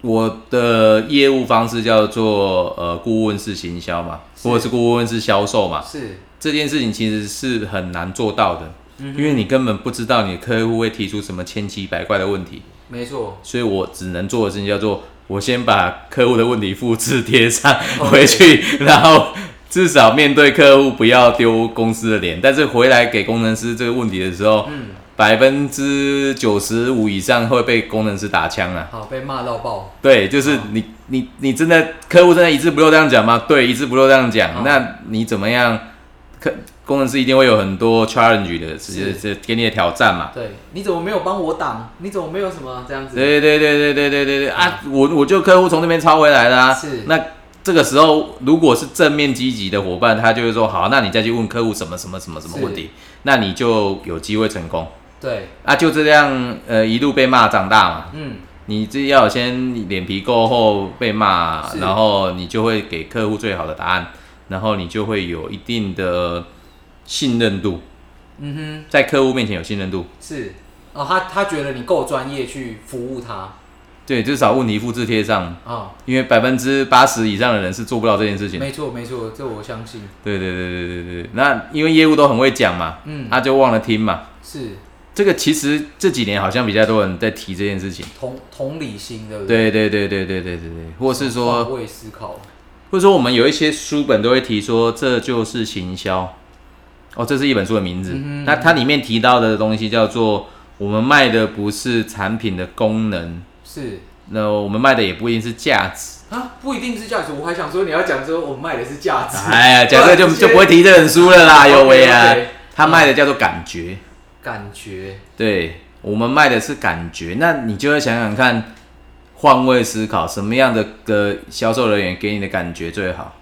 [SPEAKER 2] 我的业务方式叫做呃顾问式行销嘛，
[SPEAKER 1] 是
[SPEAKER 2] 或者是顾问式销售嘛
[SPEAKER 1] 哼，，是，
[SPEAKER 2] 这件事情其实是很难做到的，
[SPEAKER 1] 嗯
[SPEAKER 2] 因为你根本不知道你的客户会提出什么千奇百怪的问题，
[SPEAKER 1] 没错，
[SPEAKER 2] 所以我只能做的事情叫做我先把客户的问题复制贴上
[SPEAKER 1] OK
[SPEAKER 2] 回去，然后。至少面对客户不要丢公司的脸，但是回来给工程师这个问题的时候，
[SPEAKER 1] 嗯，
[SPEAKER 2] 百分之九十五以上会被工程师打枪啊。
[SPEAKER 1] 好，被骂到爆，
[SPEAKER 2] 对，就是你你你真的客户真的一字不漏这样讲吗？对，一字不漏这样讲。
[SPEAKER 1] 嗯
[SPEAKER 2] 那你怎么样可工程师一定会有很多 challenge 的，直接这给你的挑战嘛。
[SPEAKER 1] 对，你怎么没有帮我挡？你怎么没有什么这样子？
[SPEAKER 2] 对对对对对对对对啊！我我就客户从那边抄回来的啊。
[SPEAKER 1] 是
[SPEAKER 2] 那这个时候，如果是正面积极的伙伴，他就会说：好，那你再去问客户什么什么什么什么
[SPEAKER 1] 是
[SPEAKER 2] 问题，那你就有机会成功。
[SPEAKER 1] 对，
[SPEAKER 2] 啊，就这样，呃，一路被骂长大嘛。
[SPEAKER 1] 嗯，
[SPEAKER 2] 你这要先脸皮够厚被骂，
[SPEAKER 1] 是
[SPEAKER 2] 然后你就会给客户最好的答案，然后你就会有一定的信任度，
[SPEAKER 1] 嗯
[SPEAKER 2] 在客户面前有信任度。
[SPEAKER 1] 哼，是。哦，他他觉得你够专业去服务他
[SPEAKER 2] 对，至少问题复制贴上，
[SPEAKER 1] 哦，
[SPEAKER 2] 因为百分之八十以上的人是做不到这件事情。
[SPEAKER 1] 没错没错，这我相信。
[SPEAKER 2] 对对对对对对，那因为业务都很会讲嘛，
[SPEAKER 1] 嗯
[SPEAKER 2] 他、就忘了听嘛。
[SPEAKER 1] 是
[SPEAKER 2] 这个其实这几年好像比较多人在提这件事情。
[SPEAKER 1] 同同理心，对不对？
[SPEAKER 2] 对对对对对对对对，或是说
[SPEAKER 1] 换位思考，
[SPEAKER 2] 或者说我们有一些书本都会提说这就是行销，哦，这是一本书的名字。那它里面提到的东西叫做我们卖的不是产品的功能，
[SPEAKER 1] 是
[SPEAKER 2] 那我们卖的也不一定是价值。
[SPEAKER 1] 啊，不一定是价值。我还想说你要讲说我们卖的是价值，
[SPEAKER 2] 哎呀，讲这个就
[SPEAKER 1] 对
[SPEAKER 2] 就不会提这本书了啦，
[SPEAKER 1] OK，
[SPEAKER 2] 有为啊
[SPEAKER 1] OK，
[SPEAKER 2] 他卖的叫做感觉，
[SPEAKER 1] 感觉
[SPEAKER 2] 对我们卖的是感觉，那你就会想想看，换位思考，什么样的的销售人员给你的感觉最好？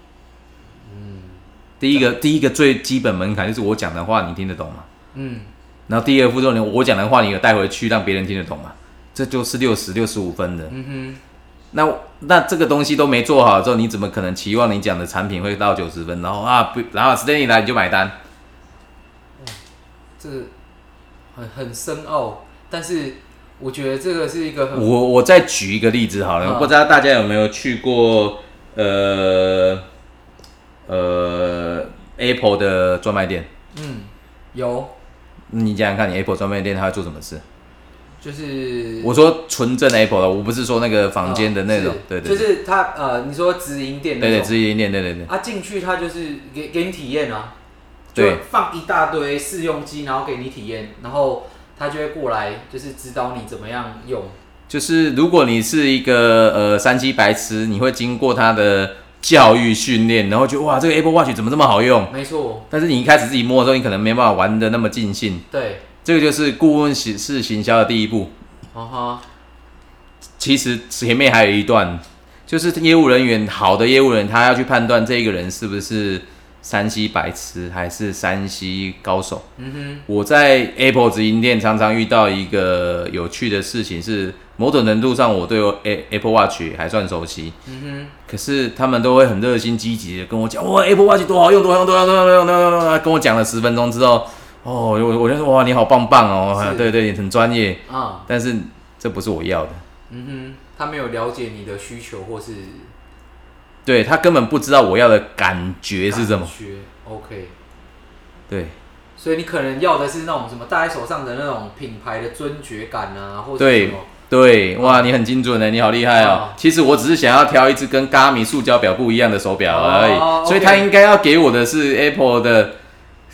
[SPEAKER 2] 第一个，第一个最基本门槛就是我讲的话你听得懂吗？
[SPEAKER 1] 嗯
[SPEAKER 2] 然后第二个副重点，我讲的话你有带回去让别人听得懂吗？这就是六十六十五分的。
[SPEAKER 1] 嗯
[SPEAKER 2] 那那这个东西都没做好之后，你怎么可能期望你讲的产品会到九十分？然后啊，不，然后 Stanley 来你就买单？
[SPEAKER 1] 哼，这很很深奥，但是我觉得这个是一个很
[SPEAKER 2] 我我再举一个例子好了，
[SPEAKER 1] 嗯
[SPEAKER 2] 不知道大家有没有去过呃呃 Apple 的专卖店？
[SPEAKER 1] 嗯有，
[SPEAKER 2] 你想想看，你 Apple 专卖店它会做什么事？
[SPEAKER 1] 就是
[SPEAKER 2] 我说纯正 Apple 的，我不是说那个房间的那种
[SPEAKER 1] 嗯是，
[SPEAKER 2] 对
[SPEAKER 1] 就
[SPEAKER 2] 对对
[SPEAKER 1] 是他呃，你说直营店
[SPEAKER 2] 对
[SPEAKER 1] 那
[SPEAKER 2] 对，
[SPEAKER 1] 种
[SPEAKER 2] 直营店，对对对。
[SPEAKER 1] 啊，进去他就是给给你体验啊，
[SPEAKER 2] 对
[SPEAKER 1] 就放一大堆试用机，然后给你体验，然后他就会过来就是指导你怎么样用，
[SPEAKER 2] 就是如果你是一个呃三七白痴，你会经过他的教育训练，然后觉得哇，这个 Apple Watch 怎么这么好用？
[SPEAKER 1] 没错，
[SPEAKER 2] 但是你一开始自己摸的时候，你可能没办法玩的那么尽兴。
[SPEAKER 1] 对，
[SPEAKER 2] 这个就是顾问行是行销的第一步。
[SPEAKER 1] 啊哈，
[SPEAKER 2] 其实前面还有一段，就是业务人员，好的业务人员，他要去判断这个人是不是山西白痴还是山西高手。
[SPEAKER 1] 嗯
[SPEAKER 2] 我在 Apple 直营店常常遇到一个有趣的事情是，某种程度上我对 A- Apple Watch 还算熟悉，
[SPEAKER 1] 哼，嗯
[SPEAKER 2] 可是他们都会很热心积极的跟我讲，哇，Apple Watch 多好用，多好用，多好用，多好用，多好用，多好用跟我讲了十分钟之后，哦，我我就说哇，你好棒棒哦，
[SPEAKER 1] 是
[SPEAKER 2] 对对，你很专业，
[SPEAKER 1] 哼，啊，
[SPEAKER 2] 但是这不是我要的，
[SPEAKER 1] 嗯哼，他没有了解你的需求或是
[SPEAKER 2] 对他根本不知道我要的感觉是什么
[SPEAKER 1] 感，觉，OK，
[SPEAKER 2] 对
[SPEAKER 1] 所以你可能要的是那种什么戴在手上的那种品牌的尊爵感啊，或者什
[SPEAKER 2] 对
[SPEAKER 1] 么，
[SPEAKER 2] 对，哇，你很精准的，你好厉害哦
[SPEAKER 1] 啊！
[SPEAKER 2] 其实我只是想要挑一只跟伽米塑胶表不一样的手表而
[SPEAKER 1] 哦
[SPEAKER 2] 已，所以
[SPEAKER 1] OK
[SPEAKER 2] 他应该要给我的是 Apple 的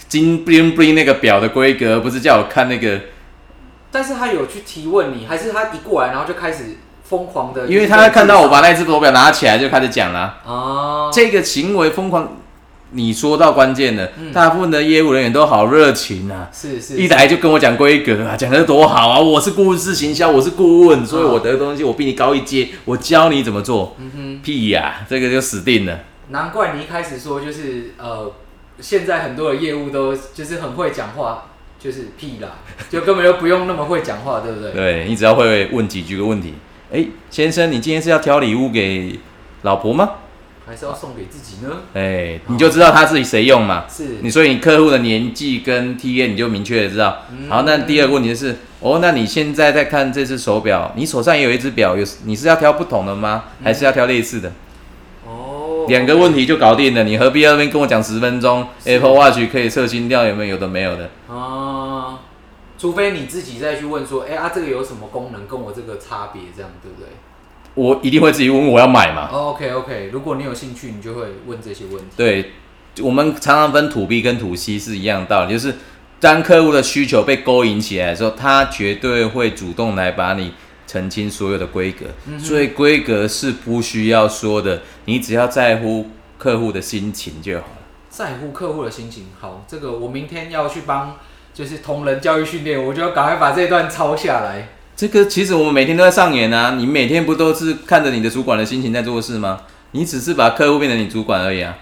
[SPEAKER 2] 金 bling bling 那个表的规格，而不是叫我看那个，
[SPEAKER 1] 但是他有去提问你，还是他一过来然后就开始疯狂的，
[SPEAKER 2] 因为他看到我把那只手表拿起来就开始讲啦。
[SPEAKER 1] 啊，
[SPEAKER 2] 这个行为疯狂，你说到关键了，
[SPEAKER 1] 嗯
[SPEAKER 2] 大部分的业务人员都好热情啊。
[SPEAKER 1] 是是
[SPEAKER 2] 一来就跟我讲规格啊，讲的多好啊！我是顾问式行销，我是顾问，所以我得的东西我比你高一阶，我教你怎么做。屁呀、这个就死定了。
[SPEAKER 1] 难怪你一开始说就是呃，现在很多的业务都就是很会讲话，就是屁 啦，就根本就不用那么会讲话，对不对？
[SPEAKER 2] 对你只要会问几句个问题，哎，先生，你今天是要挑礼物给老婆吗？
[SPEAKER 1] 还是要送给自己呢？
[SPEAKER 2] 哎，你就知道他自己谁用嘛。
[SPEAKER 1] 是
[SPEAKER 2] 你所以你客户的年纪跟 T A 你就明确的知道。好，那第二个问题就是，哦，那你现在在看这只手表，你手上也有一只表，有你是要挑不同的吗？还是要挑类似的？
[SPEAKER 1] 哦，
[SPEAKER 2] 两个问题就搞定了，你何必要那边跟我讲十分钟
[SPEAKER 1] 是
[SPEAKER 2] ？Apple Watch 可以测心跳，有没有有的没有的？
[SPEAKER 1] 啊，除非你自己再去问说，哎、啊，这个有什么功能，跟我这个差别，这样对不对、
[SPEAKER 2] 我一定会自己问我要买嘛。
[SPEAKER 1] o k OK，如哦果你有兴趣，你就会问这些问题。
[SPEAKER 2] 对，我们常常分土 B 跟土 C 是一样的道理，就是当客户的需求被勾引起来的时候，他绝对会主动来把你澄清所有的规格，所以规格是不需要说的，你只要在乎客户的心情就好了。
[SPEAKER 1] 在乎客户的心情。好，这个我明天要去帮就是同仁教育训练，我就要赶快把这一段抄下来。
[SPEAKER 2] 这个其实我们每天都在上演啊，你每天不都是看着你的主管的心情在做事吗？你只是把客户变成你主管而已啊。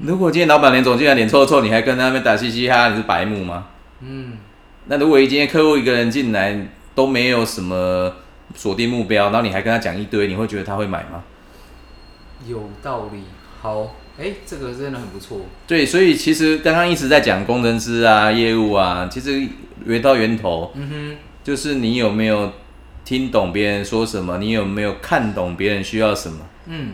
[SPEAKER 2] 如果今天老板连总进来脸臭臭，你还跟他那边打嘻嘻哈哈，你是白目吗？
[SPEAKER 1] 嗯，
[SPEAKER 2] 那如果今天客户一个人进来都没有什么锁定目标，然后你还跟他讲一堆，你会觉得他会买吗？
[SPEAKER 1] 有道理。好，哎，这个真的很不错。
[SPEAKER 2] 对，所以其实刚刚一直在讲工程师啊、业务啊，其实回到源头
[SPEAKER 1] 嗯
[SPEAKER 2] 就是你有没有听懂别人说什么，你有没有看懂别人需要什么。
[SPEAKER 1] 哼，嗯，